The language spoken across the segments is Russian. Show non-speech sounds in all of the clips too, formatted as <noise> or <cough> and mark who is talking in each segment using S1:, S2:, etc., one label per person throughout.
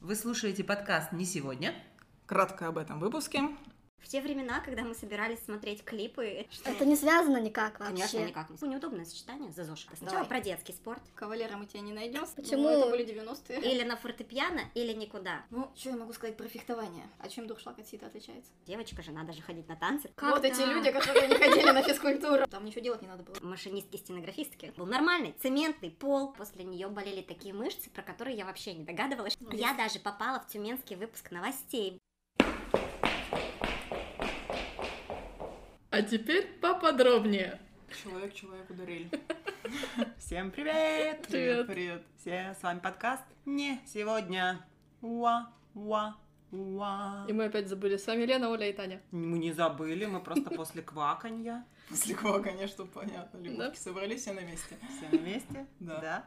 S1: Вы слушаете подкаст «Не сегодня».
S2: Кратко об этом выпуске.
S3: В те времена, когда мы собирались смотреть клипы, что-
S4: Это не связано никак вообще.
S3: Конечно, никак не. Неудобное сочетание за ЗОЖ. Сначала
S5: Давай.
S3: про детский спорт.
S5: Кавалера мы тебя не найдем.
S4: Почему?
S5: Это были 90-е.
S3: Или на фортепиано, или никуда.
S5: Ну, что я могу сказать про фехтование? А чем дуршлаг от сита отличается?
S3: Девочка же надо же ходить на танцы.
S4: Как
S5: вот
S4: так?
S5: эти люди, которые не ходили на физкультуру. Там ничего делать не надо было.
S3: Машинистки-стенографистки. Был нормальный, цементный пол. После нее болели такие мышцы, про которые я вообще не догадывалась. Я даже попала в тюменский выпуск новостей.
S6: А теперь поподробнее.
S2: Человек человеку
S1: <laughs>
S2: дарили. Всем привет!
S6: Привет.
S2: Привет! Все, с вами подкаст «Не сегодня». Уа, уа, уа.
S6: И мы опять забыли. С вами Лена, Оля и Таня.
S2: Мы не забыли, мы
S6: <laughs>
S2: просто после кваканья.
S7: После кого, конечно, понятно. Любовки
S6: Да.
S7: собрались все на месте.
S6: <laughs>
S2: Все вместе?
S7: Да.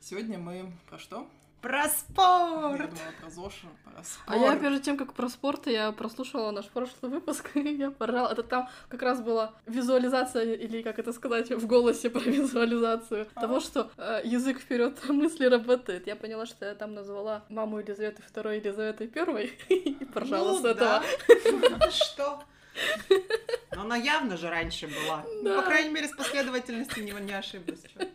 S7: Сегодня мы про что?
S2: Про
S7: Я
S2: спорт!
S7: думала про Зошу, про спорт.
S6: А я, перед тем, как про спорт, я прослушала наш прошлый выпуск, <laughs> и я поржала. Это там как раз была визуализация, или как это сказать, в голосе про визуализацию того, что э, язык вперед <laughs> мысли работает. Я поняла, что я там назвала маму Елизаветы второй, Елизаветы первой, <laughs> и поржала
S2: Ну
S6: с этого. <laughs>
S2: да. Что? Но она явно же раньше была. Ну, По крайней мере, с последовательности не, не ошиблась. чё.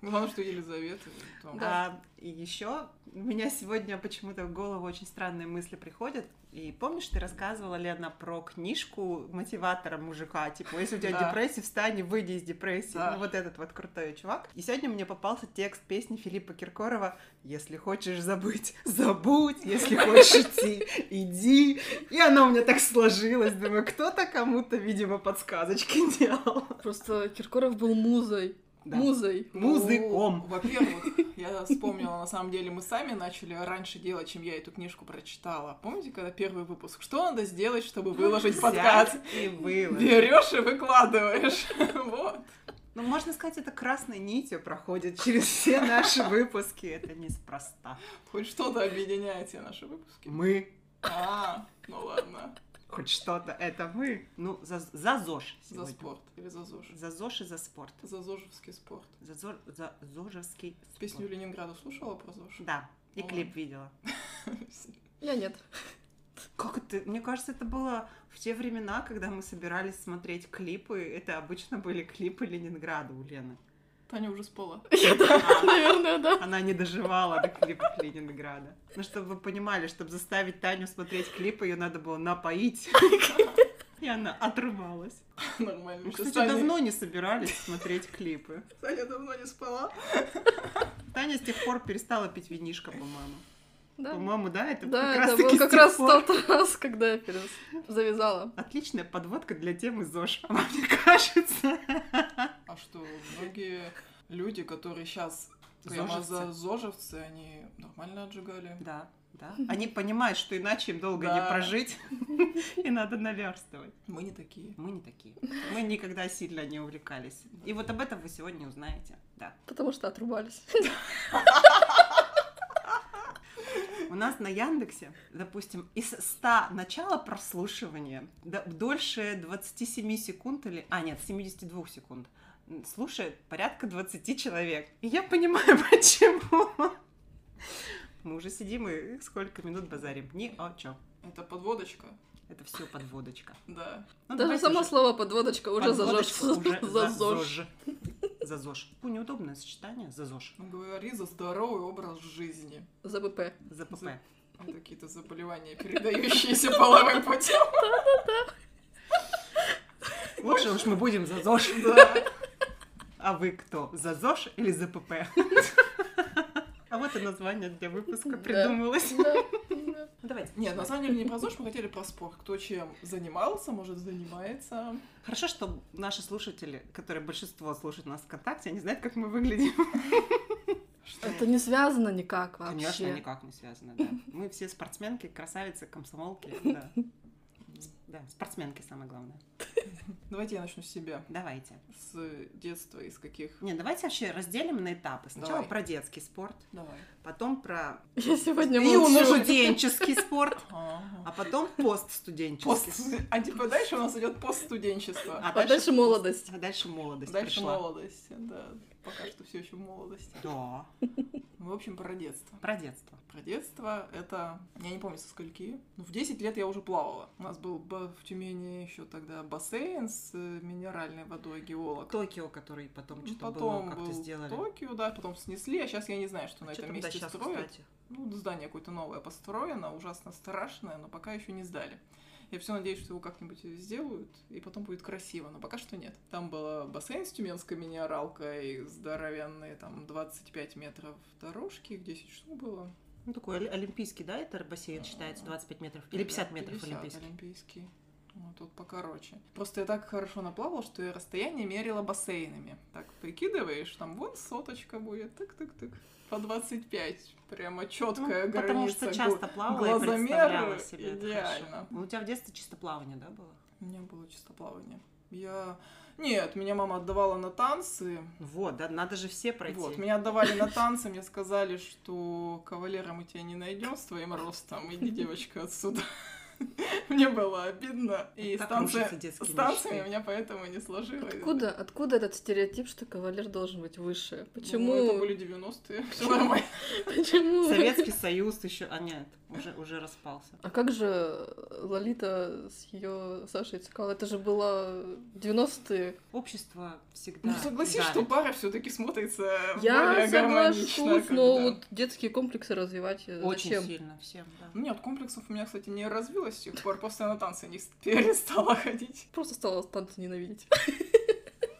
S7: Главное, что Елизавета. там.
S2: А, и еще у меня сегодня почему-то в голову очень странные мысли приходят. И помнишь, ты рассказывала, Лена, про книжку мотиватора мужика? Типа, если у тебя
S7: Да.
S2: депрессия, встань и выйди из депрессии.
S7: Да.
S2: Ну, вот этот вот крутой чувак. И сегодня мне попался текст песни Филиппа Киркорова «Если хочешь забыть, забудь, если хочешь идти, иди». И она у меня так сложилась. Думаю, кто-то кому-то, видимо, подсказочки делал.
S6: Просто Киркоров был музой.
S2: Да.
S6: Музой.
S7: Ну,
S2: Музыком.
S7: Во-первых, я вспомнила, на самом деле, мы сами начали раньше делать, чем я эту книжку прочитала. Помните, когда первый выпуск? Что надо сделать, чтобы выложить подкаст?
S2: Взять и выложить.
S7: Берешь и выкладываешь. <laughs> Вот.
S2: Ну, можно сказать, это красной нитью проходит через все наши выпуски. Это неспроста.
S7: Хоть что-то объединяет все наши выпуски.
S2: Мы.
S7: А, ну ладно.
S2: Хоть что-то. Это мы. Ну, за, за ЗОЖ
S7: За
S2: сегодня.
S7: спорт. Или за ЗОЖ.
S2: За ЗОЖ и за спорт.
S7: За ЗОЖевский спорт.
S2: За, зо- за ЗОЖовский спорт.
S7: Песню Ленинграда слушала про ЗОЖ?
S2: типа. Да. И
S7: О.
S2: клип видела.
S6: Я нет.
S2: Как это? Мне кажется, это было в те времена, когда мы собирались смотреть клипы. Это обычно были клипы Ленинграда у Лены.
S7: Таня уже спала.
S6: <laughs> Наверное, да.
S2: Она не доживала до клипов Ленинграда. Ну, чтобы вы понимали, чтобы заставить Таню смотреть клипы, ее надо было напоить. И она отрывалась.
S7: <laughs> Нормально.
S2: Мы,
S7: Сейчас
S2: Ну, кстати,
S7: Таня- <laughs>
S2: давно не собирались смотреть клипы.
S7: Таня давно не спала.
S2: Таня с тех пор перестала пить винишко, по-моему.
S6: Да.
S2: По-моему, да, это
S6: Да,
S2: как
S6: это
S2: раз
S6: был как раз тот раз, когда я перес- завязала.
S2: Отличная подводка для темы ЗОЖ, <laughs> вам не кажется?
S7: А что, многие люди, которые сейчас прямо
S2: Зожевцы.
S7: за зожевцы, они нормально отжигали.
S2: Да, да. Они понимают, что иначе им долго
S7: Да.
S2: не прожить, <laughs> и надо наверстывать.
S7: Мы не такие.
S2: Мы не такие. Мы никогда сильно не увлекались. И вот об этом вы сегодня узнаете. Да.
S6: Потому что отрубались.
S2: Ну, У нас на Яндексе, допустим, из 100 начала прослушивания до- дольше 27 секунд или... А, нет, 72 секунд. м, Слушает порядка 20 человек. И я понимаю, <laughs> почему. Мы уже сидим и сколько минут базарим. Ни о чем.
S7: Это подводочка.
S2: Это все подводочка.
S7: Да.
S2: Ну,
S6: Даже
S2: давайте
S6: само
S2: уже
S6: слово подводочка уже за ЗОЖ.
S2: подводочку, уже
S6: <laughs> За ЗОЖ.
S2: ЗОЖ. За ЗОЖ. Ну, Неудобное сочетание. За ЗОЖ.
S7: Ну, говори за здоровый образ жизни.
S6: За БП.
S2: За ПП.
S7: За- Это какие-то заболевания, передающиеся половым путем.
S2: Лучше уж мы будем за ЗОЖ.
S7: Да.
S2: А вы кто? За ЗОЖ или за ПП? А вот и название для выпуска придумалось. Давайте.
S7: Нет,
S6: ну,
S7: на самом деле не про ЗОЖ, мы хотели про спорт. Кто чем занимался, может, занимается.
S2: Хорошо, что наши слушатели, которые большинство слушают нас ВКонтакте, они знают, как мы выглядим.
S7: Что?
S6: Это не связано никак вообще.
S2: Конечно, никак не связано, да. Мы все спортсменки, красавицы, комсомолки, да. Да, спортсменки самое главное.
S7: Давайте я начну с себя.
S2: Давайте.
S7: С детства, из каких...
S2: Не, давайте вообще разделим на этапы. Сначала
S7: Давай.
S2: про детский спорт,
S7: Давай.
S2: потом про
S6: Я сегодня молчу.
S2: студенческий спорт,
S7: Ага.
S2: а потом постстуденческий.
S7: Пост... <laughs> А типа дальше у нас идет постстуденчество.
S2: А
S6: А дальше молодость.
S2: А дальше молодость
S7: Дальше
S2: пришла.
S7: молодость, да. пока что все еще молодость.
S2: Да.
S7: Ну, В общем, про детство.
S2: Про детство.
S7: Про детство это... Я не помню, со скольки. Ну, в 10 лет я уже плавала. У нас был ба- в Тюмени еще тогда бассейн с э, минеральной водой геолог.
S2: Токио, который потом
S7: Ну,
S2: что-то
S7: Потом
S2: было, как-то
S7: был
S2: сделали.
S7: Токио, да, потом снесли, а сейчас я не знаю, что на
S2: А что
S7: этом
S2: там, да,
S7: месте
S2: сейчас,
S7: строят.
S2: кстати?
S7: Ну, здание какое-то новое построено, ужасно страшное, но пока еще не сдали. Я все надеюсь, что его как-нибудь сделают, и потом будет красиво, но пока что нет. Там был бассейн с тюменской минералкой, здоровенные там 25 метров дорожки, их 10 штук было.
S2: Ну, такой оли- олимпийский, да, это бассейн считается 25 метров? Или 50 метров
S7: 50
S2: олимпийский?
S7: олимпийский. Ну, тут покороче. Просто я так хорошо наплавал, что я расстояние мерила бассейнами. Так прикидываешь, там вон соточка будет, тык-тык-тык. По 25. Прямо четкая
S2: Ну,
S7: граница.
S2: потому что
S7: гу-
S2: часто плавала и
S7: глазомеры
S2: представляла себе это
S7: идеально.
S2: хорошо. Ну, у тебя в детстве чисто плавание, да, было?
S7: У меня было чистоплавание. Я... Нет, меня мама отдавала на танцы.
S2: Вот, да, надо же все пройти.
S7: Вот, меня отдавали на танцы, мне сказали, что кавалера мы тебя не найдем с твоим ростом, иди, девочка, отсюда. <laughs> Мне было обидно. И с,
S2: Так
S7: танцы-
S2: рушатся детские
S7: с танцами
S2: мечты.
S7: у меня поэтому не сложилось.
S6: Откуда, откуда этот стереотип, что кавалер должен быть выше?
S7: Ну,
S6: Почему?
S7: это были 90-е. Все нормально.
S6: Почему?
S2: Советский
S7: <laughs>
S2: Союз еще, а нет, уже, уже распался.
S6: А как же Лолита с ее Сашей Цикало? Это же было 90-е.
S2: Общество всегда...
S7: Ну, согласись,
S2: давит.
S7: что пара все таки смотрится
S6: Я
S7: более
S6: соглашусь,
S7: гармонично,
S6: но
S7: когда-
S6: вот детские комплексы развивать э,
S2: Очень
S6: зачем?
S2: сильно всем, да.
S7: Ну Нет, комплексов у меня, кстати, не развилось с тех пор. Просто я на танцы не с- перестала ходить.
S6: Просто стала танцы <laughs> ненавидеть.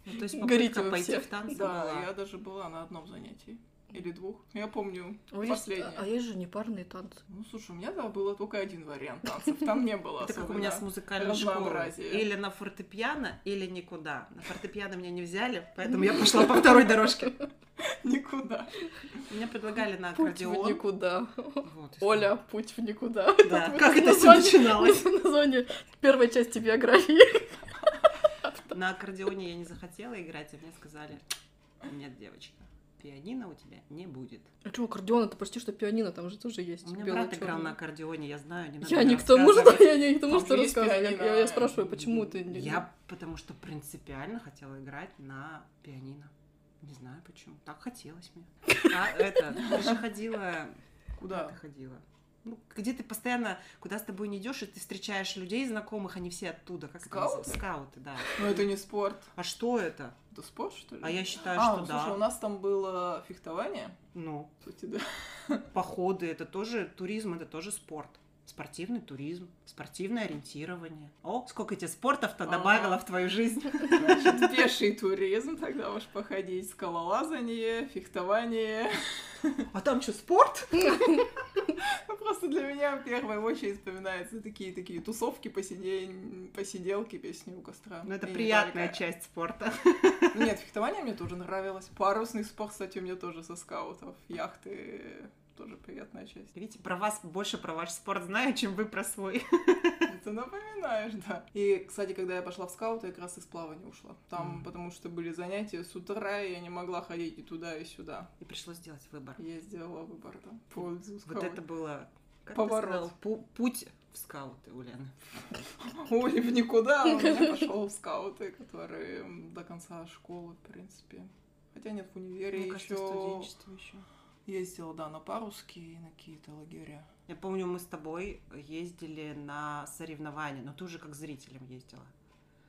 S2: Ну, то есть
S6: Горите
S2: попытка
S6: вы
S2: пойти
S6: все.
S2: в танцы была.
S7: Да, я даже была на одном занятии. Или двух. Ну, Я помню
S6: А есть-
S7: последнее.
S6: а есть же непарные танцы.
S7: Ну, слушай, у меня да, было только один вариант танцев. Там не было
S2: Это как у меня с
S7: особенно.
S2: музыкальной школой.
S7: разнообразие.
S2: Или на фортепиано, или никуда. На фортепиано меня не взяли, поэтому я пошла по второй дорожке.
S7: Никуда.
S2: Меня предлагали на
S6: Путь в
S2: аккордеон.
S6: никуда.
S2: Вот, и
S6: Оля, путь в никуда.
S2: Да,
S6: Мы
S2: как
S6: на
S2: это все
S6: зоне- <laughs>
S2: начиналось?
S6: На зоне первой части биографии.
S2: На аккордеоне я не захотела играть, и мне сказали, нет, девочка, пианино у тебя не будет.
S6: А что, аккордеон, это почти что пианино, там же тоже есть.
S2: У меня
S6: белый,
S2: брат играл
S6: чёрный.
S2: на аккордеоне, я знаю, не надо
S6: Я
S2: мне
S6: не к тому, что
S2: рассказывать.
S6: я не к тому,
S7: Там
S6: что
S7: же есть
S6: рассказываю. Я- Я, я
S7: пианино.
S6: спрашиваю, почему ты не...
S2: Я потому что принципиально хотела играть на пианино. Не знаю почему. Так хотелось
S7: <laughs>
S2: мне. А это, ты же ходила... Куда ты
S7: Куда?
S2: ходила? Ну, где ты постоянно, куда с тобой не идешь, и ты встречаешь людей знакомых, они все оттуда. Как это
S7: Скауты?
S2: называется? Скауты, да.
S7: Ну, это не спорт.
S2: А что это?
S7: Это спорт, что ли?
S2: А я считаю,
S7: А,
S2: что
S7: ну, слушай,
S2: да.
S7: у нас там было фехтование.
S2: Ну,
S7: Кстати, да.
S2: походы, это тоже туризм, это тоже спорт. Спортивный туризм, спортивное ориентирование. О, сколько тебе спортов-то
S7: Ага.
S2: добавила в твою жизнь.
S7: <laughs> Значит, пеший туризм, тогда уж походить. Скалолазание, фехтование. <laughs>
S2: А там что, спорт?
S7: Ну, Просто для меня в первую очередь вспоминаются такие такие тусовки, посидень- посиделки, песни у костра.
S2: Ну, это
S7: И не
S2: приятная
S7: только.
S2: часть спорта.
S7: Ну, Нет, фехтование мне тоже нравилось. Парусный спорт, кстати, у меня тоже со скаутов. Яхты тоже приятная часть.
S2: <laughs>
S7: <laughs>
S2: Видите, про вас больше про ваш спорт знаю, чем вы про свой.
S7: Ты напоминаешь, да. И, кстати, когда я пошла в скаут, я как раз из плавания ушла. Там,
S2: Мгм.
S7: потому что были занятия с утра, и я не могла ходить и туда, и сюда.
S2: И пришлось сделать выбор.
S7: Я сделала выбор, да, в пользу
S2: Вот
S7: скаут. <laughs>
S2: это было... как ты
S7: Поворот.
S2: сказала, пу- Путь в скауты, Уляна.
S7: Ой, в никуда. Он
S2: <laughs>
S7: меня пошел в скауты, которые м, до конца школы, в принципе. Хотя нет, в универе
S2: Мне кажется,
S7: еще
S2: студенчество еще.
S7: ездила, да, на парусские и на какие-то лагеря.
S2: Я помню, мы с тобой ездили на соревнования, но ты уже как зрителем ездила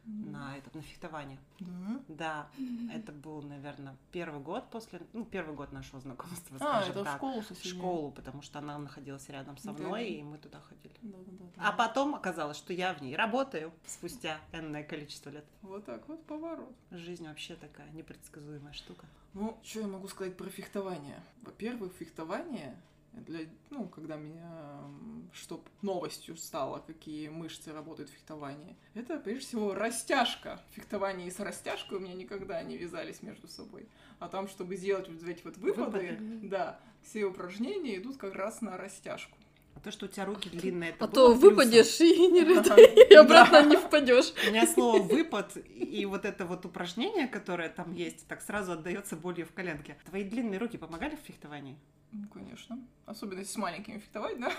S2: на это, на фехтование.
S7: Да?
S2: Да, это был, наверное, первый год после, ну, первый год нашего знакомства,
S7: А,
S2: скажем
S7: это в
S2: так.
S7: школу
S2: В
S7: соседнюю.
S2: школу, потому что она находилась рядом со
S7: Да.
S2: мной, и мы туда ходили.
S7: Да, да, да.
S2: А потом оказалось, что я в ней работаю спустя энное количество лет.
S7: Вот так вот поворот.
S2: Жизнь вообще такая непредсказуемая штука.
S7: Ну, что я могу сказать про фехтование? Во-первых, фехтование для, ну, когда меня, м, что новостью стало, какие мышцы работают в фехтовании, это, прежде всего, растяжка. Фехтование и с растяжкой у меня никогда не вязались между собой. А там, чтобы сделать вот эти вот выпады,
S6: Выпады.
S7: да, все упражнения идут как раз на растяжку.
S2: А то, что у тебя руки длинные, это
S6: А
S2: было
S6: то
S2: плюсом?
S6: выпадешь и, не
S7: Ага.
S6: рыдай, и обратно не впадешь.
S2: У меня слово
S6: <laughs>
S2: «выпад» и вот это вот упражнение, которое там есть, так сразу отдается болью в коленке. Твои длинные руки помогали в фехтовании?
S7: Ну, конечно. Особенно если с маленькими фехтовать, <laughs> да?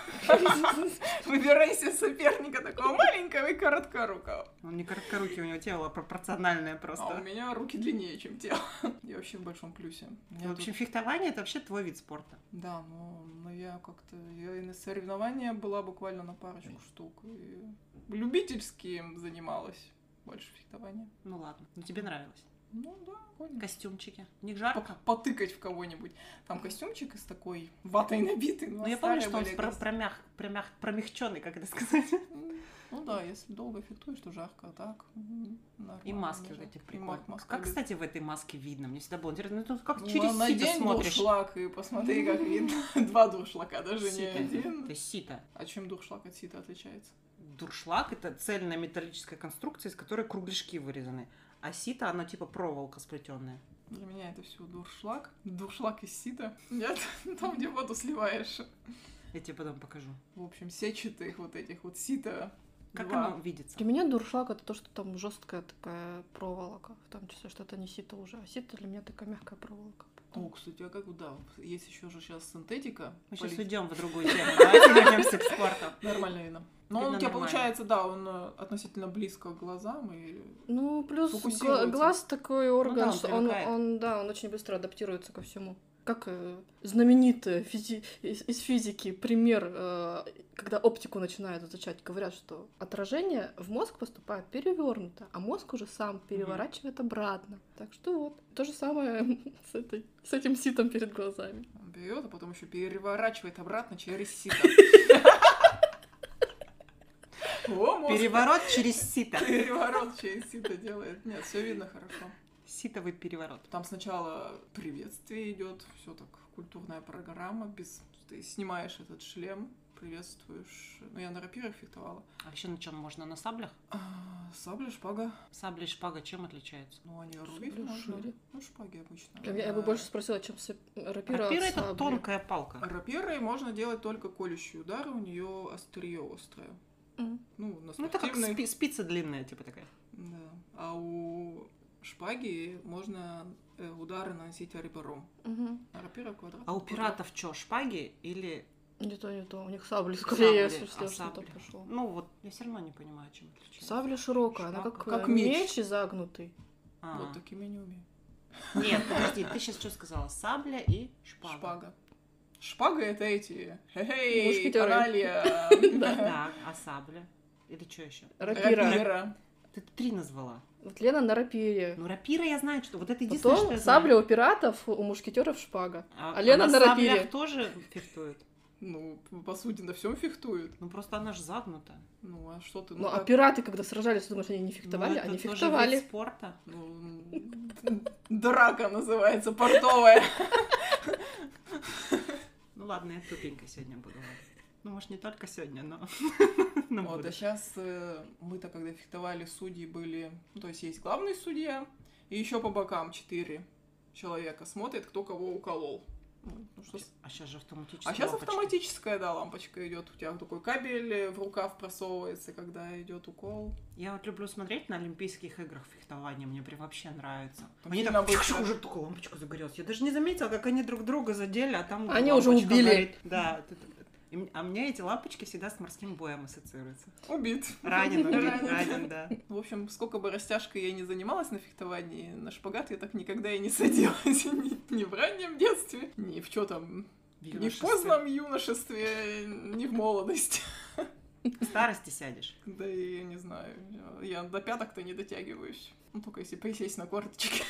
S7: Выбирай себе соперника такого маленького и короткорукого.
S2: Он Ну, не короткорукий, у него тело пропорциональное
S7: А у
S2: просто.
S7: меня руки длиннее, чем тело. Я вообще в большом плюсе. У меня
S2: В общем, фехтование это вообще твой вид спорта.
S7: тут- Да, но, но я как-то... Я и на соревнования была буквально на парочку штук. И любительским занималась больше фехтования.
S2: Ну ладно, ну тебе нравилось.
S7: Ну да, прикольно.
S2: Костюмчики. У них
S7: По-
S2: жарко.
S7: потыкать в кого-нибудь. Там костюмчик из такой ватой набитый. а
S2: Ну, я помню, что он про- промях, промях, промягченный, как это сказать.
S7: Ну да, если долго фехтуешь, то жарко, а так м, нормально.
S2: И маски вот
S7: лежит.
S2: этих
S7: И
S2: прикольных.
S7: ма- маска
S2: как,
S7: лежит.
S2: кстати, в этой маске видно? Мне всегда было интересно. Ну, тут как
S7: Ну,
S2: через
S7: на
S2: сито
S7: день
S2: смотришь.
S7: дуршлаг, и
S2: <laughs>
S7: посмотри, как видно. Два дуршлака, даже не
S2: Сито.
S7: один.
S2: Это сито.
S7: А чем дуршлаг от сита отличается?
S2: Дуршлаг — это цельная металлическая конструкция, из которой кругляшки вырезаны. А сито, оно типа проволока сплетенная.
S7: Для меня это все дуршлаг. Дуршлаг из сита. Нет, <laughs> там, где воду сливаешь.
S2: Я тебе потом покажу.
S7: В общем, сетчатых вот этих вот сита.
S2: Как
S7: два.
S2: оно видится?
S6: Для меня дуршлаг это то, что там жесткая такая проволока, в том числе, что это не сито уже, а сито для меня такая мягкая проволока.
S7: О, кстати, а как, да, есть еще же сейчас синтетика.
S2: Мы сейчас
S7: Полит-
S2: уйдем в другую тему. Давайте вернемся к спорту.
S7: Нормально видно. Но
S2: Видно
S7: он у тебя
S2: нормально.
S7: получается, да, он э, относительно близко к глазам и...
S6: Ну, плюс
S7: Фокусируется.
S6: гла- глаз такой орган,
S2: Ну он
S6: что он,
S2: привыкает.
S6: он, да, он очень быстро адаптируется ко всему. Как э, знаменитый физи- из, из физики пример, э, когда оптику начинают изучать, говорят, что отражение в мозг поступает перевернуто, а мозг уже сам переворачивает обратно. Так что вот, то же самое <laughs> с, этой, с этим ситом перед глазами.
S7: Он берет, а потом еще переворачивает обратно через сито. О, мозг.
S2: Переворот через сито.
S7: Переворот через сито делает. Нет, все видно хорошо.
S2: Ситовый переворот.
S7: Там сначала приветствие идет, все так, культурная программа, без... Ты снимаешь этот шлем, приветствуешь... Ну, я на рапирах фехтовала.
S2: А вообще на чем можно? На саблях?
S7: А, сабля, шпага.
S2: Сабли и шпага чем отличаются?
S7: Ну, они рубить
S6: Сабля,
S7: можно.
S6: шире.
S7: Ну, шпаги обычно. А,
S6: Для меня- я бы больше спросила, чем сап- рапира. от
S2: Рапира — это
S6: сабли.
S2: тонкая палка.
S7: Рапирой а можно делать только колющие удары, у нее острие острое.
S6: Мгм.
S7: Ну, на
S2: Ну, это как
S7: спортивной-
S2: спи- спица длинная, типа такая.
S7: Да. А у шпаги можно э, удары наносить ребром.
S6: Мгм.
S7: А рапира квадрат.
S2: А у
S7: квадрат.
S2: пиратов что, шпаги или...
S6: Не то, не то. У них сабли скорее,
S2: Сабли,
S6: если
S2: а
S6: что-то
S2: сабли?
S6: пошло.
S2: Ну, вот я все равно не понимаю, чем отличается.
S6: Сабля широкая, она
S2: Шпага.
S6: как,
S7: Как
S6: как
S7: меч.
S6: меч. изогнутый.
S2: А.
S7: Вот такими не умею.
S2: Нет, подожди, ты сейчас что сказала? Сабля и шпага.
S7: Шпага. Шпага это эти. Хе-хей,
S2: <laughs>
S6: Мушкетеры.
S7: каналья.
S2: Так, а сабля? Или что еще?
S6: Рапира.
S7: Рапира.
S2: Ты три назвала.
S6: Вот Лена на рапире.
S2: Ну, рапира я знаю, что... Вот это единственное, что
S6: Потом
S2: я
S6: сабля
S2: знаю.
S6: у пиратов, у мушкетеров шпага.
S2: А,
S6: а Лена
S2: она
S6: на
S2: в саблях
S6: рапире.
S2: тоже фехтует.
S7: Ну, по сути, на всем фехтуют.
S2: Ну, просто она же загнута.
S7: Ну, а что ты?
S6: Ну, а
S7: как?
S6: пираты, когда сражались, ты думаешь, они не фехтовали?
S2: Ну, это
S6: они
S2: тоже вид
S6: фехтовали.
S2: спорта.
S7: Ну, м, драка называется, портовая.
S2: Ну ладно, я тупенько сегодня буду. Ну, может, не только сегодня, но... <laughs> на
S7: Вот, а
S2: будущее.
S7: сейчас мы-то, когда фехтовали, судьи были... Ну, то есть есть главный судья, и еще по бокам четыре человека смотрят, кто кого уколол. Ну, ну, что с-
S2: А сейчас же автоматически.
S7: А сейчас
S2: лапочки.
S7: автоматическая, да, лампочка идет. У тебя такой кабель э, в рукав просовывается, когда идет укол.
S2: Я вот люблю смотреть на Олимпийских играх фехтования, мне прям вообще нравится.
S7: Там
S2: они
S7: сильно
S2: так
S7: быстро.
S2: уже только лампочка загорелась. Я даже не заметила, как они друг друга задели, а там
S6: Они
S2: лампочка
S6: уже убили.
S2: горит. Да. ты- ты- ты. И м- А мне эти лампочки всегда с морским боем ассоциируются.
S7: Убит. <laughs>
S2: Ранен, убит,
S7: Ранен.
S2: ранен, да.
S7: В общем, сколько бы растяжкой я не занималась на фехтовании, на шпагат я так никогда и не садилась. <laughs> Ни, ни в раннем детстве, ни в чё там,
S2: В
S7: ни в
S2: юношестве.
S7: позднем юношестве, ни в молодости.
S2: В старости сядешь.
S7: Да и я не знаю, я до пяток-то не дотягиваюсь. Ну, только если присесть на
S2: <laughs>
S7: корточки.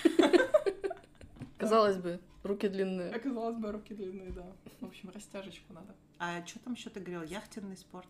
S6: Казалось бы, руки длинные.
S7: Оказалось бы, руки длинные, да. В общем, растяжечку надо.
S2: А что там еще ты говорил? Яхтенный спорт.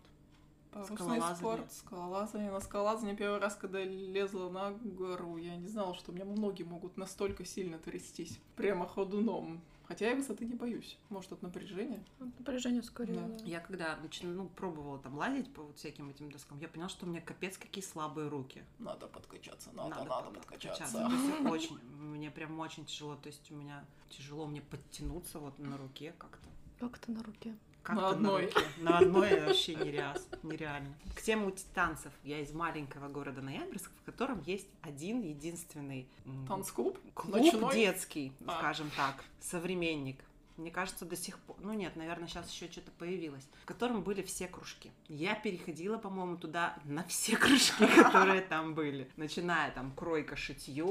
S7: Парусный
S2: Скалолазание.
S7: спорт, скалолазание. На скалолазание первый раз, когда лезла на гору, я не знала, что у меня ноги могут настолько сильно трястись. Прямо ходуном. Хотя я высоты не боюсь. Может, от напряжения?
S6: Напряжение Ну, скорее.
S7: Да.
S6: да.
S2: Я когда начин- ну, пробовала там лазить по вот всяким этим доскам, я поняла, что у меня капец какие слабые руки.
S7: Надо подкачаться, надо, Ну, а надо,
S2: под-
S7: <laughs> подкачаться.
S2: подкачаться. То есть Очень, мне прям очень тяжело. То есть у меня тяжело мне подтянуться вот на руке как-то.
S6: Как это на руке?
S2: Как-то
S7: На одной.
S2: руке. На одной вообще нереаз- нереально. К тему танцев. Я из маленького города Ноябрьск, в котором есть один единственный м,
S7: Танцклуб?
S2: клуб
S7: Ночной?
S2: детский,
S7: А.
S2: скажем так, современник. Мне кажется, до сих пор, ну нет, наверное, сейчас еще что-то появилось, в котором были все кружки. Я переходила, по-моему, туда на все кружки, <laughs> которые там были. Начиная там кройка, шитье,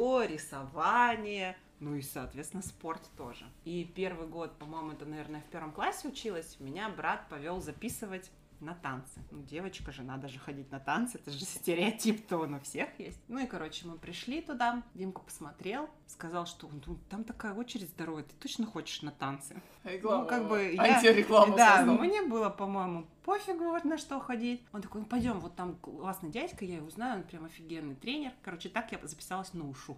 S2: рисование, ну и, соответственно, спорт тоже. И первый год, по-моему, это, наверное, в первом классе училась, меня брат повел записывать на танцы. Ну, девочка же, надо же ходить на танцы, это же <laughs> стереотип-то он у всех есть. Ну и, короче, мы пришли туда, Димка посмотрел, сказал, что «Ну, там такая очередь здоровая, ты точно хочешь на танцы?
S7: Реклама.
S2: Ну, как бы я-
S7: Антирекламу
S2: да,
S7: создала.
S2: мне было, по-моему, пофигу вот на что ходить. Он такой, ну пойдем, вот там классный дядька, я его знаю, он прям офигенный тренер. Короче, так я записалась на ушу.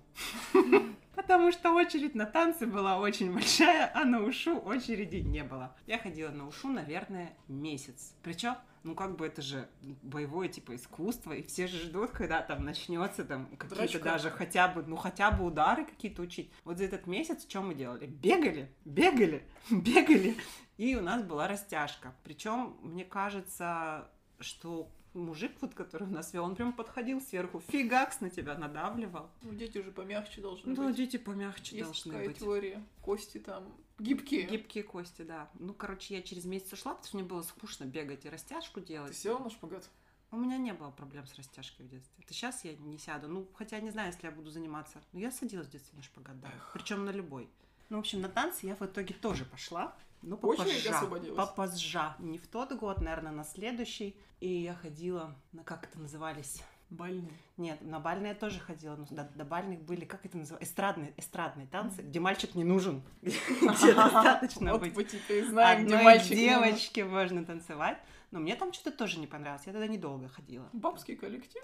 S2: Потому что очередь на танцы была очень большая, а на ушу очереди не было. Я ходила на ушу, наверное, месяц. Причем, ну как бы это же боевое типа искусство, и все же ждут, когда там начнется там какие-то
S7: Дрочка.
S2: даже хотя бы, ну хотя бы удары какие-то учить. Вот за этот месяц что мы делали? Бегали, бегали, <laughs> бегали, и у нас была растяжка. Причем, мне кажется, что мужик, вот, который у нас вел, он прям подходил сверху, фигакс на тебя надавливал.
S7: Ну, дети же помягче должны
S2: Ну,
S7: быть.
S2: дети помягче
S7: Есть
S2: должны
S7: такая
S2: быть.
S7: теория. Кости там гибкие.
S2: Гибкие кости, да. Ну, короче, я через месяц ушла, потому что мне было скучно бегать и растяжку
S7: Ты
S2: делать.
S7: села на шпагат?
S2: У меня не было проблем с растяжкой в детстве. Это сейчас я не сяду. Ну, хотя не знаю, если я буду заниматься. Но я садилась в детстве на шпагат, да.
S7: Эх.
S2: Причем на любой. Ну, в общем, на танцы я в итоге тоже пошла. Ну,
S7: Очередь
S2: попозже.
S7: освободилась.
S2: Попозже. Не в тот год, наверное, на следующий. И я ходила на, как это назывались,
S7: Больные.
S2: нет, на бальные я тоже ходила, но до, до бальных были, как это называется, эстрадные, эстрадные танцы, где мальчик не нужен, <laughs> где достаточно
S7: Вот
S2: быть
S7: мы теперь знаем, где
S2: одной
S7: мальчик.
S2: девочки можно танцевать. Но мне там что-то тоже не понравилось, я тогда недолго ходила.
S7: ну, Бабский коллектив.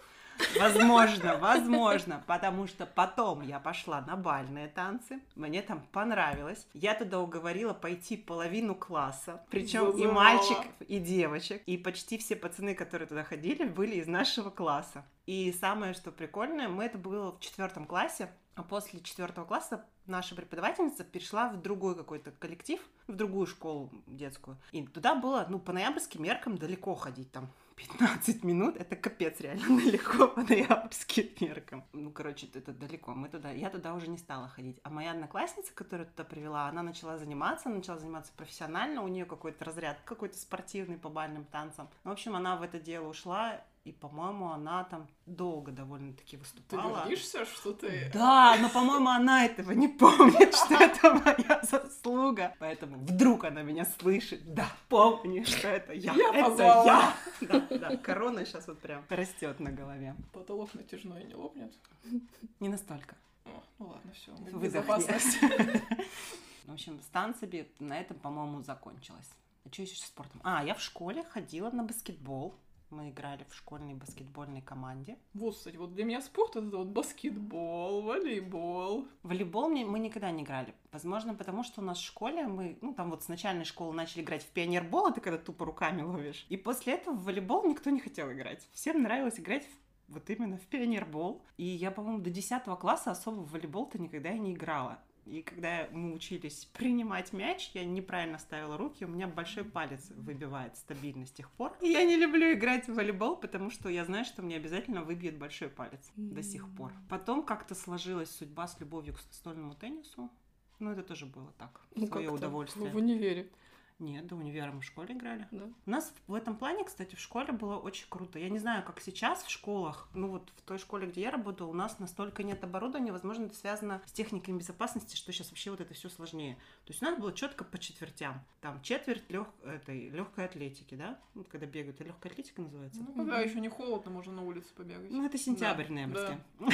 S2: Возможно, возможно, потому что потом я пошла на бальные танцы, мне там понравилось. Я туда уговорила пойти половину класса, причем и
S7: Зазывала.
S2: мальчиков, и девочек, и почти все пацаны, которые туда ходили, были из нашего класса. И самое, что прикольное, мы это было в четвертом классе, а после четвертого класса наша преподавательница перешла в другой какой-то коллектив, в другую школу детскую. И туда было, ну, по ноябрьским меркам далеко ходить, там <laughs> 15 минут, это капец реально <laughs> далеко по ноябрьским меркам. Ну, короче, это далеко. Мы туда, я туда уже не стала ходить. А моя одноклассница, которая туда привела, она начала заниматься, она начала заниматься профессионально, у нее какой-то разряд, какой-то спортивный по бальным танцам. Ну, В общем, она в это дело ушла, и, по-моему, она там долго довольно-таки
S7: Ты
S2: выступала.
S7: гордишься, что ты...
S2: Да, но, по-моему, она этого не помнит, что это моя заслуга. Поэтому вдруг она меня слышит. Да, помни, что это я.
S7: Я
S2: это
S7: позвала.
S2: я. Да, да, корона сейчас вот прям растет на голове.
S7: Потолок натяжной не лопнет.
S2: Не настолько.
S7: О, ну ладно, все.
S2: Выдохни.
S7: Безопасность.
S2: <laughs> В общем, с танцами на этом, по-моему, закончилось. А что еще со спортом? А, я в школе ходила на баскетбол. Мы играли в школьной баскетбольной команде.
S7: Вот, кстати, вот для меня спорт это вот баскетбол, волейбол.
S2: В Волейбол мне- мы никогда не играли. Возможно, потому что у нас в школе мы, ну, там вот с начальной школы начали играть в пионербол, это когда тупо руками ловишь. И после этого в волейбол никто не хотел играть. Всем нравилось играть в- вот именно в пионербол. И я, по-моему, до 10 класса особо в волейбол-то никогда и не играла. И когда мы учились принимать мяч, я неправильно ставила руки, у меня большой палец выбивает стабильно с тех пор. И я не люблю играть в волейбол, потому что я знаю, что мне обязательно выбьет большой палец до сих пор. Потом как-то сложилась судьба с любовью к настольному теннису. Ну, это тоже было так,
S6: Ну,
S2: свое
S6: как-то
S2: удовольствие.
S6: В универе.
S2: Нет, до универа мы в школе играли.
S6: Да.
S2: У нас в этом плане, кстати, в школе было очень круто. Я не знаю, как сейчас в школах, ну вот в той школе, где я работала, у нас настолько нет оборудования, возможно, это связано с техниками безопасности, что сейчас вообще вот это все сложнее. То есть у нас было четко по четвертям. Там четверть лег... этой легкой атлетики, да? Вот когда бегают, это легкая атлетика называется?
S7: Ну, когда еще не холодно, можно на улице побегать.
S2: Ну, это сентябрь,
S7: Да,
S2: ноябрьский.
S7: да.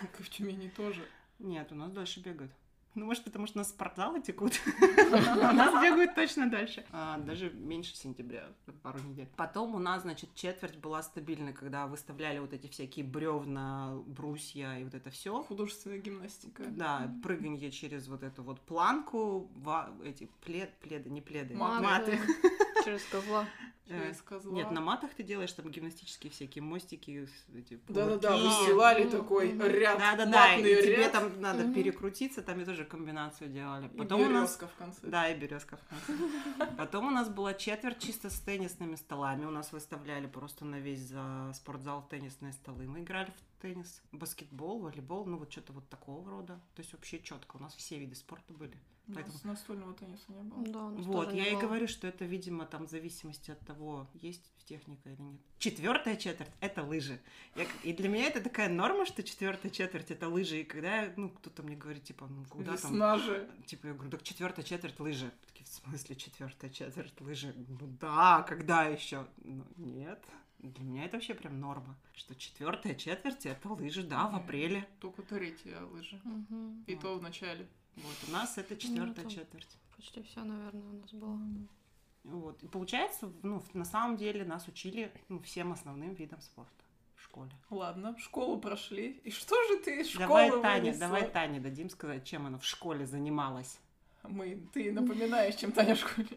S7: Как и в Тюмени тоже.
S2: Нет, у нас дольше бегают. Ну, может, потому что у нас спортзалы <laughs> текут. А У нас бегают точно дальше. А, Даже меньше сентября, пару недель. Потом у нас, значит, четверть была стабильна, когда выставляли вот эти всякие бревна, брусья и вот это все.
S7: Художественная гимнастика.
S2: Да, прыганье через вот эту вот планку, ва- эти плед, пледы, не пледы,
S7: Маты.
S2: маты. <laughs>
S6: э, Через козла.
S7: Через козла.
S2: Э, Нет, на матах ты делаешь там гимнастические всякие мостики, с- эти
S7: Да-да-да,
S2: пауки.
S7: выстилали
S6: М,
S7: такой
S6: м.
S7: ряд,
S2: Да, да, да. И
S7: матный
S2: тебе
S7: ряд.
S2: там надо
S6: Мгм.
S2: перекрутиться, там я тоже комбинацию делали.
S7: И
S2: Потом у нас.
S7: берёзка в конце.
S2: Да, и березка в конце. Потом у нас была четверть чисто с теннисными столами. У нас выставляли просто на весь за спортзал теннисные столы. Мы играли в теннис, баскетбол, волейбол, ну вот что-то вот такого рода. То есть вообще четко. У нас все виды спорта были.
S7: У нас
S2: Поэтому-
S7: настольного тенниса не было.
S6: Ну Да, у нас
S2: Вот,
S6: тоже не
S2: я и
S6: было.
S2: говорю, что это, видимо, там в зависимости от того, есть техника или нет. Четвертая четверть это лыжи. Я к- и для меня это такая норма, что четвертая четверть это лыжи. И когда ну, кто-то мне говорит, типа, ну куда там?
S7: Весна же.
S2: Типа, я говорю, так четвертая четверть лыжи. Такие, в смысле, четвертая четверть лыжи? Ну да, когда еще? Ну нет. Для меня это вообще прям норма, что четвертая четверть это лыжи, да, в апреле.
S7: Только третья лыжи.
S6: Мгм.
S7: И
S2: Вот.
S7: то в начале.
S2: Вот, у нас Ну, это четвертая
S6: там-
S2: четверть.
S6: Почти все, наверное, у нас было.
S2: Вот. И получается, в- ну, в- на самом деле нас учили ну, всем основным видам спорта в школе.
S7: Ладно, школу прошли. И что же ты из школы
S2: давай Таня,
S7: вынесла?
S2: давай Тане дадим сказать, чем она в школе занималась.
S7: Мы, ты напоминаешь, чем Таня в школе.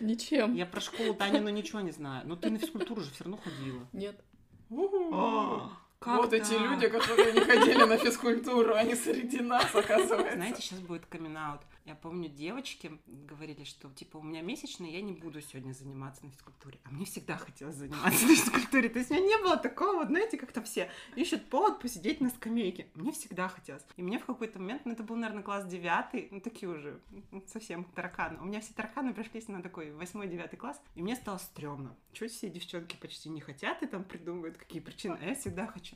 S6: Ничем.
S2: Я про школу Тани, ну ничего не знаю. Но ты на физкультуру же все равно ходила.
S6: Нет.
S7: Уху.
S2: А, Как
S7: А, вот эти
S2: так?
S7: люди, которые не ходили на физкультуру, они среди нас, оказывается.
S2: Знаете, сейчас будет камин Я помню, девочки говорили, что типа у меня месячные, я не буду сегодня заниматься на физкультуре. А мне всегда хотелось заниматься <laughs> на физкультуре. То есть у меня не было такого, вот, знаете, как-то все ищут повод посидеть на скамейке. Мне всегда хотелось. И мне в какой-то момент, ну это был, наверное, класс девятый, ну такие уже ну, совсем тараканы. У меня все тараканы пришлись на такой восьмой-девятый класс, и мне стало стрёмно. Чуть все девчонки почти не хотят и там придумывают, какие причины. А я всегда хочу.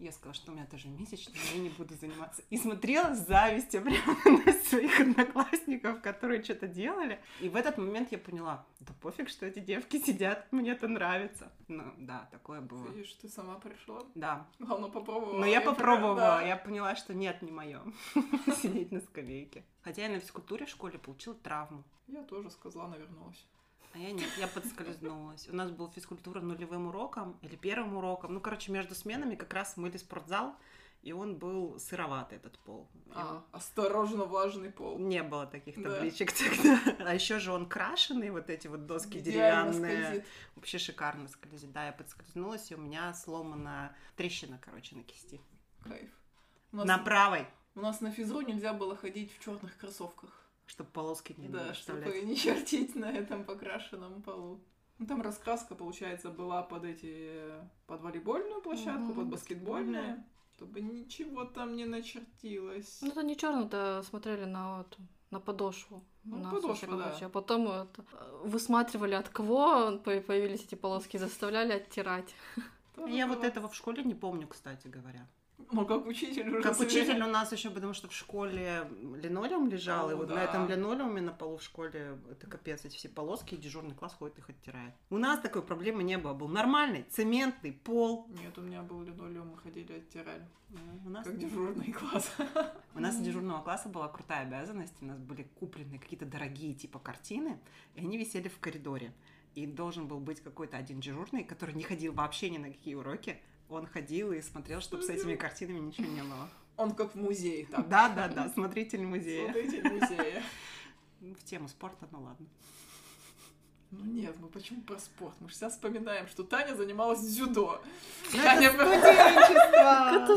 S2: Я сказала, что у меня тоже месячные, я не буду заниматься. И смотрела с завистью прямо <laughs> на своих одноклассников, которые что-то делали. И в этот момент я поняла, да пофиг, что эти девки сидят, мне это нравится. Ну да, такое было.
S7: Видишь, ты сама пришла.
S2: Да.
S7: Главное, попробовала.
S2: Но Ну, я
S7: И такая,
S2: попробовала,
S7: да.
S2: я поняла, что нет, не мое <laughs> сидеть на скамейке. Хотя я на физкультуре в школе получила травму.
S7: Я тоже с козла навернулась.
S2: А я нет, я подскользнулась. У нас была физкультура нулевым уроком или первым уроком. Ну, короче, между сменами как раз мыли спортзал, и он был сыроватый, этот пол. И
S7: А, осторожно, влажный пол.
S2: Не было таких
S7: Да.
S2: табличек тогда. <laughs> А еще же он крашеный, вот эти вот доски
S7: Идеально
S2: деревянные.
S7: скользит.
S2: Вообще шикарно скользит. Да, я подскользнулась, и у меня сломана трещина, короче, на кисти.
S7: Кайф. У нас,
S2: На правой,
S7: у нас на физру нельзя было ходить в черных кроссовках.
S2: чтобы полоски не
S7: Да,
S2: оставлять.
S7: чтобы не чертить на этом покрашенном полу. Ну, там раскраска, получается, была под эти... под волейбольную площадку,
S6: Мгм,
S7: под баскетбольную. Чтобы ничего там не начертилось.
S6: Ну, это не черно-то смотрели на вот, на подошву.
S7: Ну,
S6: на
S7: подошва,
S6: случай рабочий.
S7: да.
S6: А потом это, э, высматривали, от кого по- появились эти полоски,
S2: Ну,
S6: заставляли оттирать.
S7: Тоже
S2: Я
S7: было.
S2: вот этого в школе не помню, кстати говоря.
S7: Ну, как учитель уже...
S2: Как
S7: свер-
S2: учитель у нас еще, потому что в школе линолеум лежал, и
S7: Ну,
S2: вот
S7: да.
S2: на этом линолеуме на полу в школе это капец, эти все полоски, и дежурный класс ходит их оттирает. У нас такой проблемы не было. Был нормальный цементный пол.
S7: Нет, у меня был линолеум, мы ходили, оттирали.
S2: Ну, У нас
S7: Как дежурный класс.
S2: У нас у дежурного класса была крутая обязанность. У нас были куплены какие-то дорогие типа картины, и они висели в коридоре. И должен был быть какой-то один дежурный, который не ходил вообще ни на какие уроки. Он ходил и смотрел, чтобы с этими картинами ничего не было.
S7: Он как в
S2: <laughs>
S7: музее там.
S2: Да-да-да, смотритель музея.
S7: Смотритель музея.
S2: Ну, В тему спорта, ну ладно.
S7: Ну нет, мы почему про спорт? Мы же всегда вспоминаем, что Таня занималась дзюдо.
S2: Ну,
S7: Таня бы-
S6: Это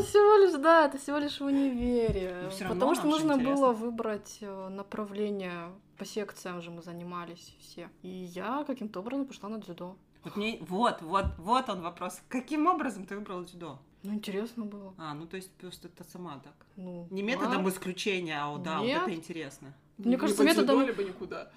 S2: <laughs> студенчество!
S6: всего лишь, да, это всего лишь в универе.
S2: Но а. Ну, всё равно
S6: Потому что
S2: нам же
S6: нужно
S2: интересно.
S6: было выбрать э, направление. По секциям же мы занимались все. И я каким-то образом пошла на дзюдо.
S2: Вот, мне- вот, вот, вот он вопрос. Каким образом ты выбрал дзюдо?
S6: Ну, интересно было.
S2: А, ну то есть просто ты сама так.
S6: Ну,
S2: Не
S6: а?
S2: методом исключения, а о, да,
S6: Нет.
S2: вот это интересно.
S6: Мне кажется,
S7: либо
S6: методом-
S7: дзюдо, либо никуда.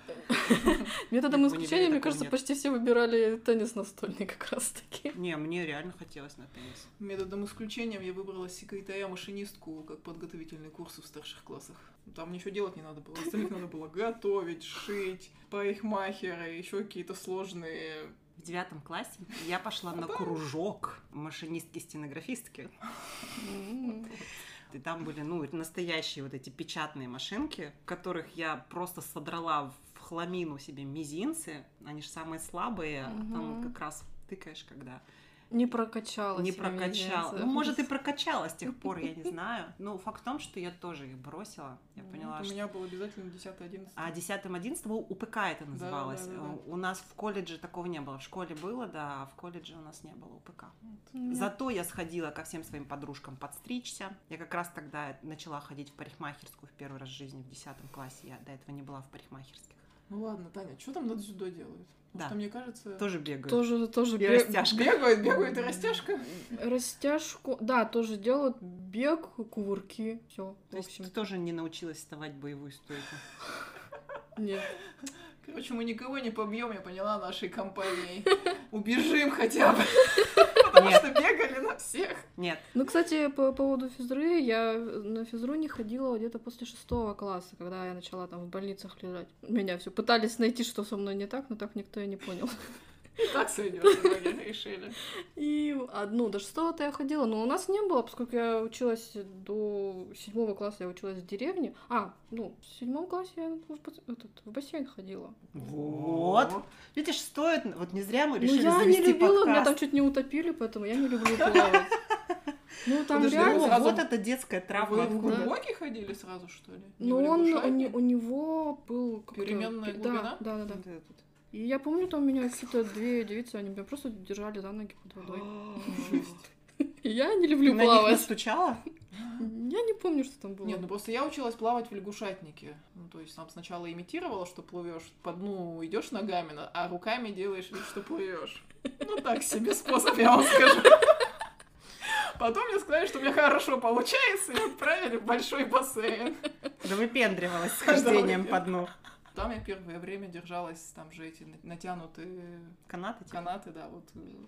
S6: Методом
S2: Нет, в
S6: исключения,
S2: универе
S6: мне
S2: такого
S6: кажется,
S2: нет.
S6: почти все выбирали теннис настольный как раз-таки.
S2: Не, мне реально хотелось на теннис.
S7: Методом исключения я выбрала секретаря-машинистку как подготовительные курсы в старших классах. Там ничего делать не надо было. Остальных надо было готовить, шить, парикмахера, еще какие-то сложные...
S2: В девятом классе я пошла на кружок машинистки-стенографистки. И там были, ну, настоящие вот эти печатные машинки, которых я просто содрала в хламину себе мизинцы. Они же самые слабые, а там
S6: Мгм.
S2: вот как раз тыкаешь, когда
S6: Не прокачала.
S2: не
S6: себя
S2: прокачала.
S6: медиация.
S2: Ну, может, и прокачала с тех пор, я не знаю. Но факт в том, что я тоже их бросила. Я поняла,
S7: Вот
S2: что...
S7: У меня был обязательно 10-11.
S2: А 10-11 у ПК это называлось.
S7: да, да, да.
S2: У- У нас в колледже такого не было. В школе было, да, а в колледже у нас не было УПК.
S6: У меня
S2: Зато я сходила ко всем своим подружкам подстричься. Я как раз тогда начала ходить в парикмахерскую в первый раз в жизни в 10 классе. Я до этого не была в парикмахерских.
S7: Ну ладно, Таня, что там над дзюдо делают?
S2: Да.
S7: Что мне кажется...
S2: Тоже бегают.
S6: Тоже, тоже
S2: И
S6: бе-
S2: растяжка.
S7: Бегают, бегают и растяжка.
S6: растяжку. Да, тоже делают бег, кувырки, все. В
S2: То есть <laughs>
S6: общем,
S2: ты тоже не научилась вставать в боевую стойку.
S6: нет.
S7: Короче, мы никого не побьем, я поняла, нашей компанией. Убежим хотя бы. Потому
S2: Нет.
S7: что бегали на всех.
S2: Нет.
S6: Ну, кстати, по поводу физры, я на физру не ходила где-то после шестого класса, когда я начала там в больницах лежать. Меня все пытались найти, что со мной не так, но так никто и не понял. <laughs>
S7: И Так сегодня в итоге решили.
S6: И одну до шестого-то я ходила, но у нас не было, поскольку я училась до седьмого класса, я училась в деревне. А, ну, в седьмом классе я в, бас- этот, в бассейн ходила.
S2: Вот. Видишь, стоит... Вот не зря мы решили
S6: ну, я не
S2: завести
S6: любила, меня
S2: подкаст.
S6: там чуть не утопили, поэтому я не люблю плавать. Ну, там
S7: Подожди, а
S6: реально...
S7: вот
S2: О,
S7: сразу-
S2: вот это детская
S7: А Вы
S2: травма.
S7: в
S2: откуда?
S6: Да.
S7: глубокий ходили сразу, что ли? Не
S6: Но
S7: в
S6: он, у,
S7: лягушатник?
S6: не- у него был как-то...
S7: Переменная
S6: пи-
S7: глубина?
S6: Да, да, да,
S2: Вот это вот.
S6: И я помню, там меня какие-то две девицы, они меня просто держали за ноги под водой.
S7: А. Жесть.
S6: И я не
S2: Ты
S6: люблю
S2: на них
S6: плавать.
S2: настучала?
S6: Я не помню, что там было.
S7: Нет, ну просто я училась плавать в лягушатнике. Ну, то есть там сначала имитировала, что плывешь по дну, идешь ногами, на- а руками делаешь вид, что плывешь. Ну так себе способ, я вам скажу. Потом мне сказали, что у меня хорошо получается, и отправили в большой бассейн.
S2: Да выпендривалась с хождением по дну.
S7: Там я первое время держалась, там же эти на- натянутые
S2: Канаты типа?
S7: канаты, да, вот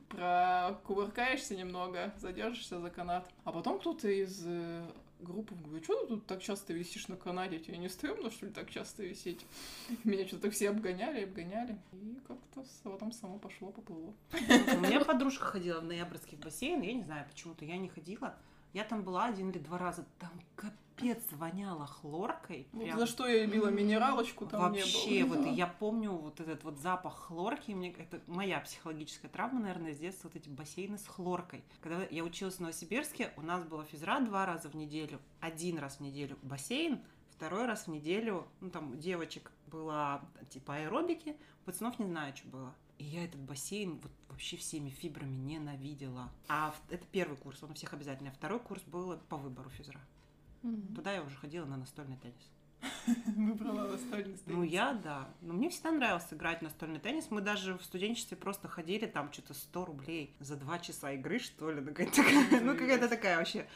S7: про кувыркаешься немного, задержишься за канат. А потом кто-то из э, группы говорит, что ты тут так часто висишь на канате, тебе не стыдно, что ли, так часто висеть? <laughs> Меня что-то все обгоняли, обгоняли. И как-то с- потом само пошло, поплыло.
S2: У меня подружка ходила в ноябрьский бассейн, я не знаю почему-то, я не ходила. Я там была один или два раза, там капец воняло хлоркой.
S6: Ну,
S7: Вот
S2: прям.
S7: за что я и била минералочку, там
S2: Вообще,
S7: не было.
S2: вот
S7: Да.
S2: и я помню вот этот вот запах хлорки. Мне, это моя психологическая травма, наверное, с детства, вот эти бассейны с хлоркой. Когда я училась в Новосибирске, у нас была физра два раза в неделю. Один раз в неделю бассейн, второй раз в неделю, ну там у девочек была типа аэробики, у пацанов не знаю, что было. И я этот бассейн вот вообще всеми фибрами ненавидела. А в- это первый курс, он у всех обязательно. А второй курс был по выбору физра.
S6: Мгм.
S2: Туда я уже ходила на настольный теннис.
S7: <laughs> Выбрала настольный
S2: Ну,
S7: стейк.
S2: я, да. Но мне всегда нравилось играть в настольный теннис. Мы даже в студенчестве просто ходили, там что-то 100 рублей за 2 часа игры, что ли. Ну, какая-то такая- ну, какая-то такая вообще.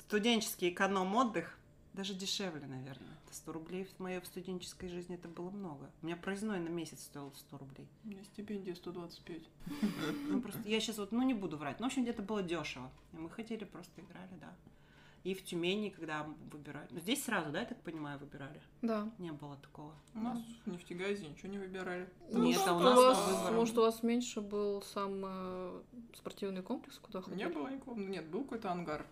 S2: Студенческий эконом-отдых. Даже дешевле, наверное. 100 рублей в моей студенческой жизни это было много. У меня проездной на месяц стоил 100 рублей.
S7: У меня стипендия 125.
S2: Ну, просто я сейчас вот, ну, не буду врать. Ну, в общем, где-то было дешево. И мы ходили, просто играли, да. И в Тюмени, когда выбирали. Ну, здесь сразу, да, я так понимаю, выбирали?
S6: Да.
S2: Не было такого.
S7: У нас в нефтегазе ничего не выбирали.
S2: Ну.
S7: Ну,
S2: Нет,
S6: может,
S2: а у
S6: у
S2: нас
S6: вас,
S2: по выборам.
S6: может, у вас меньше был сам э, спортивный комплекс, куда ходили?
S7: Не было никого. Нет, был какой-то ангар.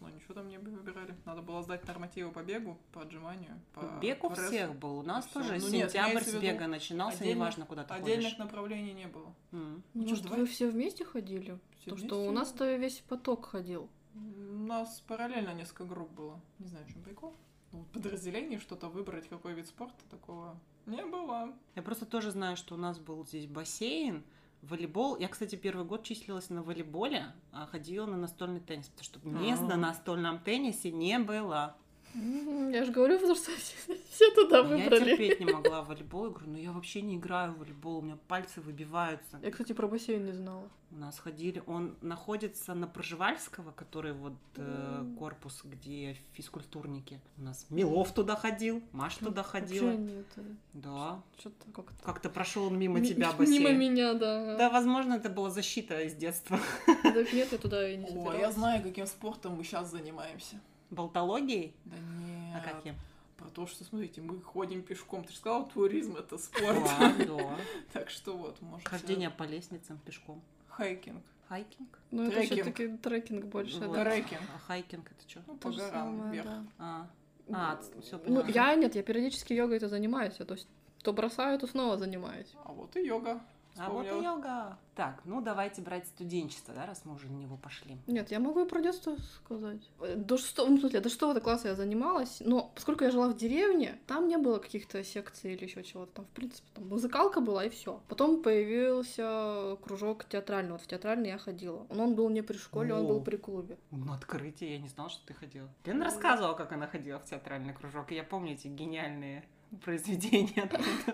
S7: Но ничего там не выбирали. Надо было сдать нормативы по бегу, по отжиманию, по
S2: Бег у
S7: прессу.
S2: всех был. У нас
S7: А, всё.
S2: тоже
S7: Ну, нет,
S2: сентябрь
S7: имеется в
S2: с
S7: виду
S2: бега начинался,
S7: отдельно-
S2: неважно, куда ты
S7: Отдельных
S2: ходишь.
S7: направлений не было.
S2: М.
S7: Ну,
S6: Может,
S7: давай.
S6: вы все вместе ходили?
S7: Все
S6: Потому
S7: вместе
S6: что у нас-то весь поток ходил.
S7: У нас параллельно несколько групп было. Не знаю, в чем прикол. Ну, вот подразделение что-то выбрать, какой вид спорта, такого не было.
S2: Я просто тоже знаю, что у нас был здесь бассейн, волейбол. Я, кстати, первый год числилась на волейболе, а ходила на настольный теннис, потому что мест на
S7: А.
S2: настольном теннисе не было.
S6: Мгм, Я же говорю, потому что все все туда
S2: я
S6: выбрали.
S2: терпеть не могла волейбол. Я говорю, ну я вообще не играю в волейбол, у меня пальцы выбиваются.
S6: Я, кстати, про бассейн не знала.
S2: У нас ходили. Он находится на Проживальского, который вот э,
S6: М.
S2: корпус, где физкультурники. У нас Милов туда ходил, Маш туда ходила.
S6: Вообще нет.
S2: Да.
S6: Что-то как-то...
S2: Как-то прошел он мимо
S6: Ми-
S2: тебя
S6: ми-
S2: бассейн.
S6: <laughs> Мимо меня, да.
S2: Да, возможно, это была защита из детства. <laughs>
S6: Так нет, я туда и не
S7: О, я
S6: собиралась.
S7: знаю, каким спортом мы сейчас занимаемся.
S2: Болтологией?
S7: Да нет.
S2: А каким?
S7: Про то, что, смотрите, мы ходим пешком. Ты же сказала, туризм — это спорт.
S2: Да, да.
S7: <laughs> Так что вот, может...
S2: Хождение по лестницам пешком.
S7: Хайкинг.
S2: Хайкинг?
S6: Ну, это
S7: Трекинг.
S6: все-таки трекинг больше,
S2: Вот.
S6: да.
S7: Трекинг.
S2: А хайкинг это что?
S7: Ну,
S6: То
S7: по
S6: же
S7: горам
S6: самое,
S7: вверх.
S6: да.
S2: А, а, все
S6: Ну,
S2: поняла.
S6: я нет, я периодически йогой это занимаюсь. Я, то есть то бросаю, то снова занимаюсь.
S7: А вот и йога.
S2: А вот и
S7: Вспомнила.
S2: йога. Так, ну давайте брать студенчество, да, раз мы уже на него пошли.
S6: Нет, я могу и про детство сказать. Э, До шестого, ну, в смысле, до шестого класса я занималась, но поскольку я жила в деревне, там не было каких-то секций или еще чего-то. Там, в принципе, там музыкалка была и все. Потом появился кружок театральный. Вот в театральный я ходила. Но он был не при школе, он
S2: О.
S6: был при клубе.
S2: Ну, открытие, я не знала, что ты ходила. Лена рассказывала, как она ходила в театральный кружок, и я помню эти гениальные <laughs> произведение оттуда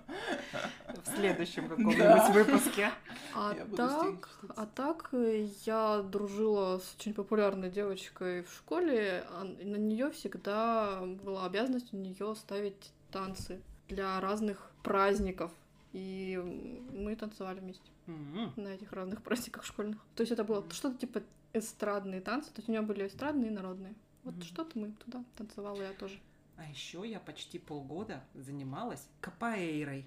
S2: <laughs> в следующем
S7: Да.
S2: каком-нибудь выпуске.
S6: А
S7: Я буду
S6: так,
S7: стенки читать.
S6: а так э, я дружила с очень популярной девочкой в школе. а На нее всегда была обязанность у нее ставить танцы для разных праздников. И м, мы танцевали вместе
S2: Мгм.
S6: на этих разных праздниках школьных. То есть это было что-то типа эстрадные танцы. То есть у меня были эстрадные и народные. Вот
S2: Мгм.
S6: что-то мы туда танцевала я тоже.
S2: А еще я почти полгода занималась капоэйрой.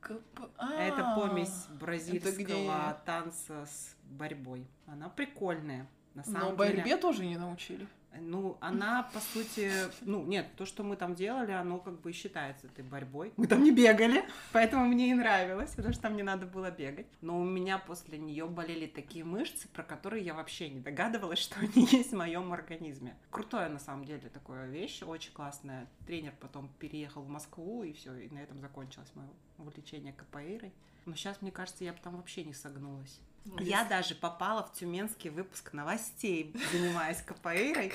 S7: Кап-
S2: Это
S7: А,
S2: помесь бразильского
S7: где?
S2: танца с борьбой. Она прикольная. На
S7: Но
S2: самом деле.
S7: борьбе тоже не научили.
S2: Ну, она, по сути, ну, нет, то, что мы там делали, оно как бы и считается этой борьбой. Мы там не бегали, поэтому мне и нравилось, потому что там не надо было бегать. Но у меня после нее болели такие мышцы, про которые я вообще не догадывалась, что они <laughs> есть в моем организме. Крутая, на самом деле, такая вещь, очень классная. Тренер потом переехал в Москву, и все, и на этом закончилось мое увлечение капоэйрой. Но сейчас, мне кажется, я бы там вообще не согнулась. Я даже попала в тюменский выпуск новостей, <laughs> занимаясь капоэйрой.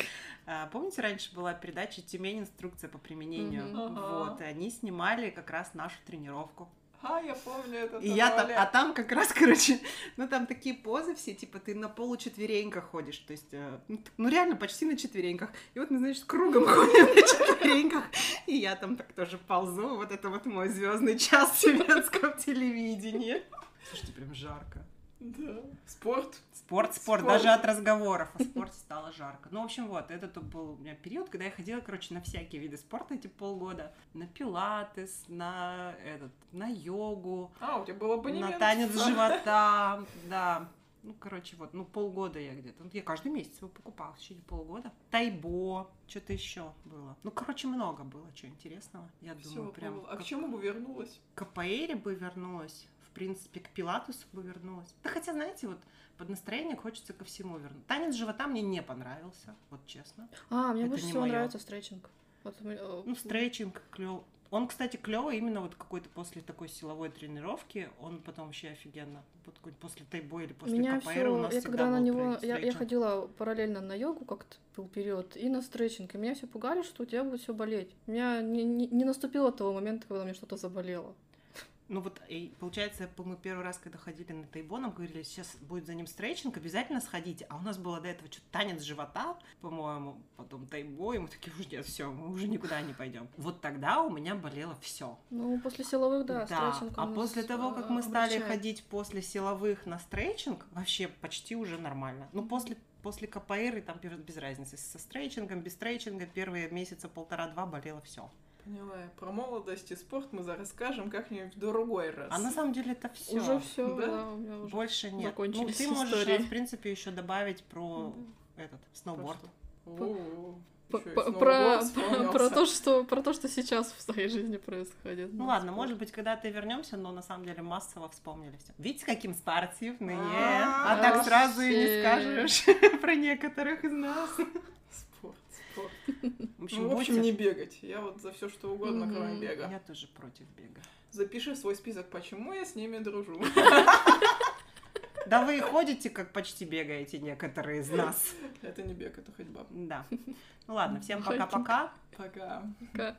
S2: А, Помните, раньше была передача «Тюмень. Инструкция по применению».
S6: Мгм.
S7: Ага.
S2: Вот, и они снимали как раз нашу тренировку.
S7: А, я помню это.
S2: И я там,
S7: Толя.
S2: а там как раз, <laughs> короче, ну там такие позы все, типа ты на получетвереньках ходишь, то есть, э, ну, т- ну, реально почти на четвереньках. И вот мы, значит, кругом <laughs> ходим на четвереньках, и я там так тоже ползу, вот это вот мой звездный час <laughs> в тюменском телевидении. Слушайте, прям жарко.
S7: Да. Спорт.
S2: Спорт, спорт,
S7: Спорт.
S2: даже от разговоров о спорте стало жарко. Ну, в общем, вот, это тут был у меня период, когда я ходила, короче, на всякие виды спорта эти полгода. На пилатес, на этот, на йогу,
S7: А, у тебя было
S2: на
S7: абонемент.
S2: танец живота, да. Ну, короче, вот, ну, полгода я где-то. Ну, Я каждый месяц его покупала в течение полгода. Тайбо, что-то еще было. Ну, короче, много было чего интересного. Я
S7: Всё,
S2: думаю, прям
S7: было. А к
S2: как-
S7: чему бы вернулась?
S2: к капоэре бы вернулась, в принципе, к пилатусу бы вернулась. Да хотя, знаете, вот под настроение хочется ко всему вернуть. Танец живота мне не понравился, вот честно.
S6: А, мне
S2: Это
S6: больше
S2: не
S6: всего
S2: моё.
S6: нравится стретчинг. Вот, э,
S2: Ну, стретчинг клёв. Он, кстати, клевый именно вот какой-то после такой силовой тренировки. Он потом вообще офигенно. Вот какой-нибудь после тайбо или после
S6: меня
S2: капоэра
S6: всё-
S2: у нас
S6: я
S2: всегда
S6: когда на
S2: был
S6: него,
S2: тренинг
S6: я, я
S2: стретчинг.
S6: ходила параллельно на йогу, как-то был период, и на стретчинг, и меня все пугали, что у тебя будет все болеть. У меня не, не- не наступило того момента, когда мне что-то заболело.
S2: Ну вот, и получается, по- мы первый раз, когда ходили на тайбо, нам говорили, сейчас будет за ним стретчинг, обязательно сходите. А у нас было до этого что-то танец живота, по-моему, потом тайбо, и мы такие, уже нет, все, мы уже никуда не пойдем. Вот тогда у меня болело все.
S6: Ну, после силовых, да, стретчинг.
S2: а
S6: он
S2: после
S6: нас,
S2: того,
S6: э,
S2: как мы стали
S6: облегчает.
S2: ходить после силовых на стретчинг, вообще почти уже нормально. Ну, после, после КПР, там пер- без разницы, со стретчингом, без стретчинга, первые месяца полтора-два болело все.
S7: Поняла я. Про молодость и спорт мы за- расскажем как-нибудь в другой раз.
S2: А на самом деле это все.
S6: Уже все,
S7: Да?
S6: да? у меня уже.
S2: Больше нет. Ну,
S6: закончились
S2: ты можешь,
S6: истории.
S2: в принципе, еще добавить про
S6: Ну,
S2: этот сноуборд.
S7: Про О,
S6: П-
S7: ещё и
S6: п-
S7: снова
S6: Про,
S7: голос
S6: про, <laughs> про
S7: вспомнился.
S6: то, что, про то, что сейчас в твоей жизни происходит.
S2: Ну ладно, может быть, когда-то вернемся, но на самом деле массово вспомнили все. Видите, каким спортивные. А
S7: А,
S2: так сразу и не
S6: вообще.
S2: скажешь <laughs> про некоторых из нас.
S7: <laughs> Спорт, спорт.
S2: В
S7: Ну, в общем,
S2: будьте-
S7: не бегать. Я вот за все что угодно, кроме
S6: Мгм.
S7: бега.
S2: Я тоже против бега.
S7: Запиши свой список, почему я с ними дружу.
S2: Да вы и ходите, как почти бегаете некоторые из нас.
S7: Это не бег, это ходьба.
S2: Да. Ну ладно, всем
S6: Хайкинг.
S2: пока-пока.
S7: Пока.
S6: Ка-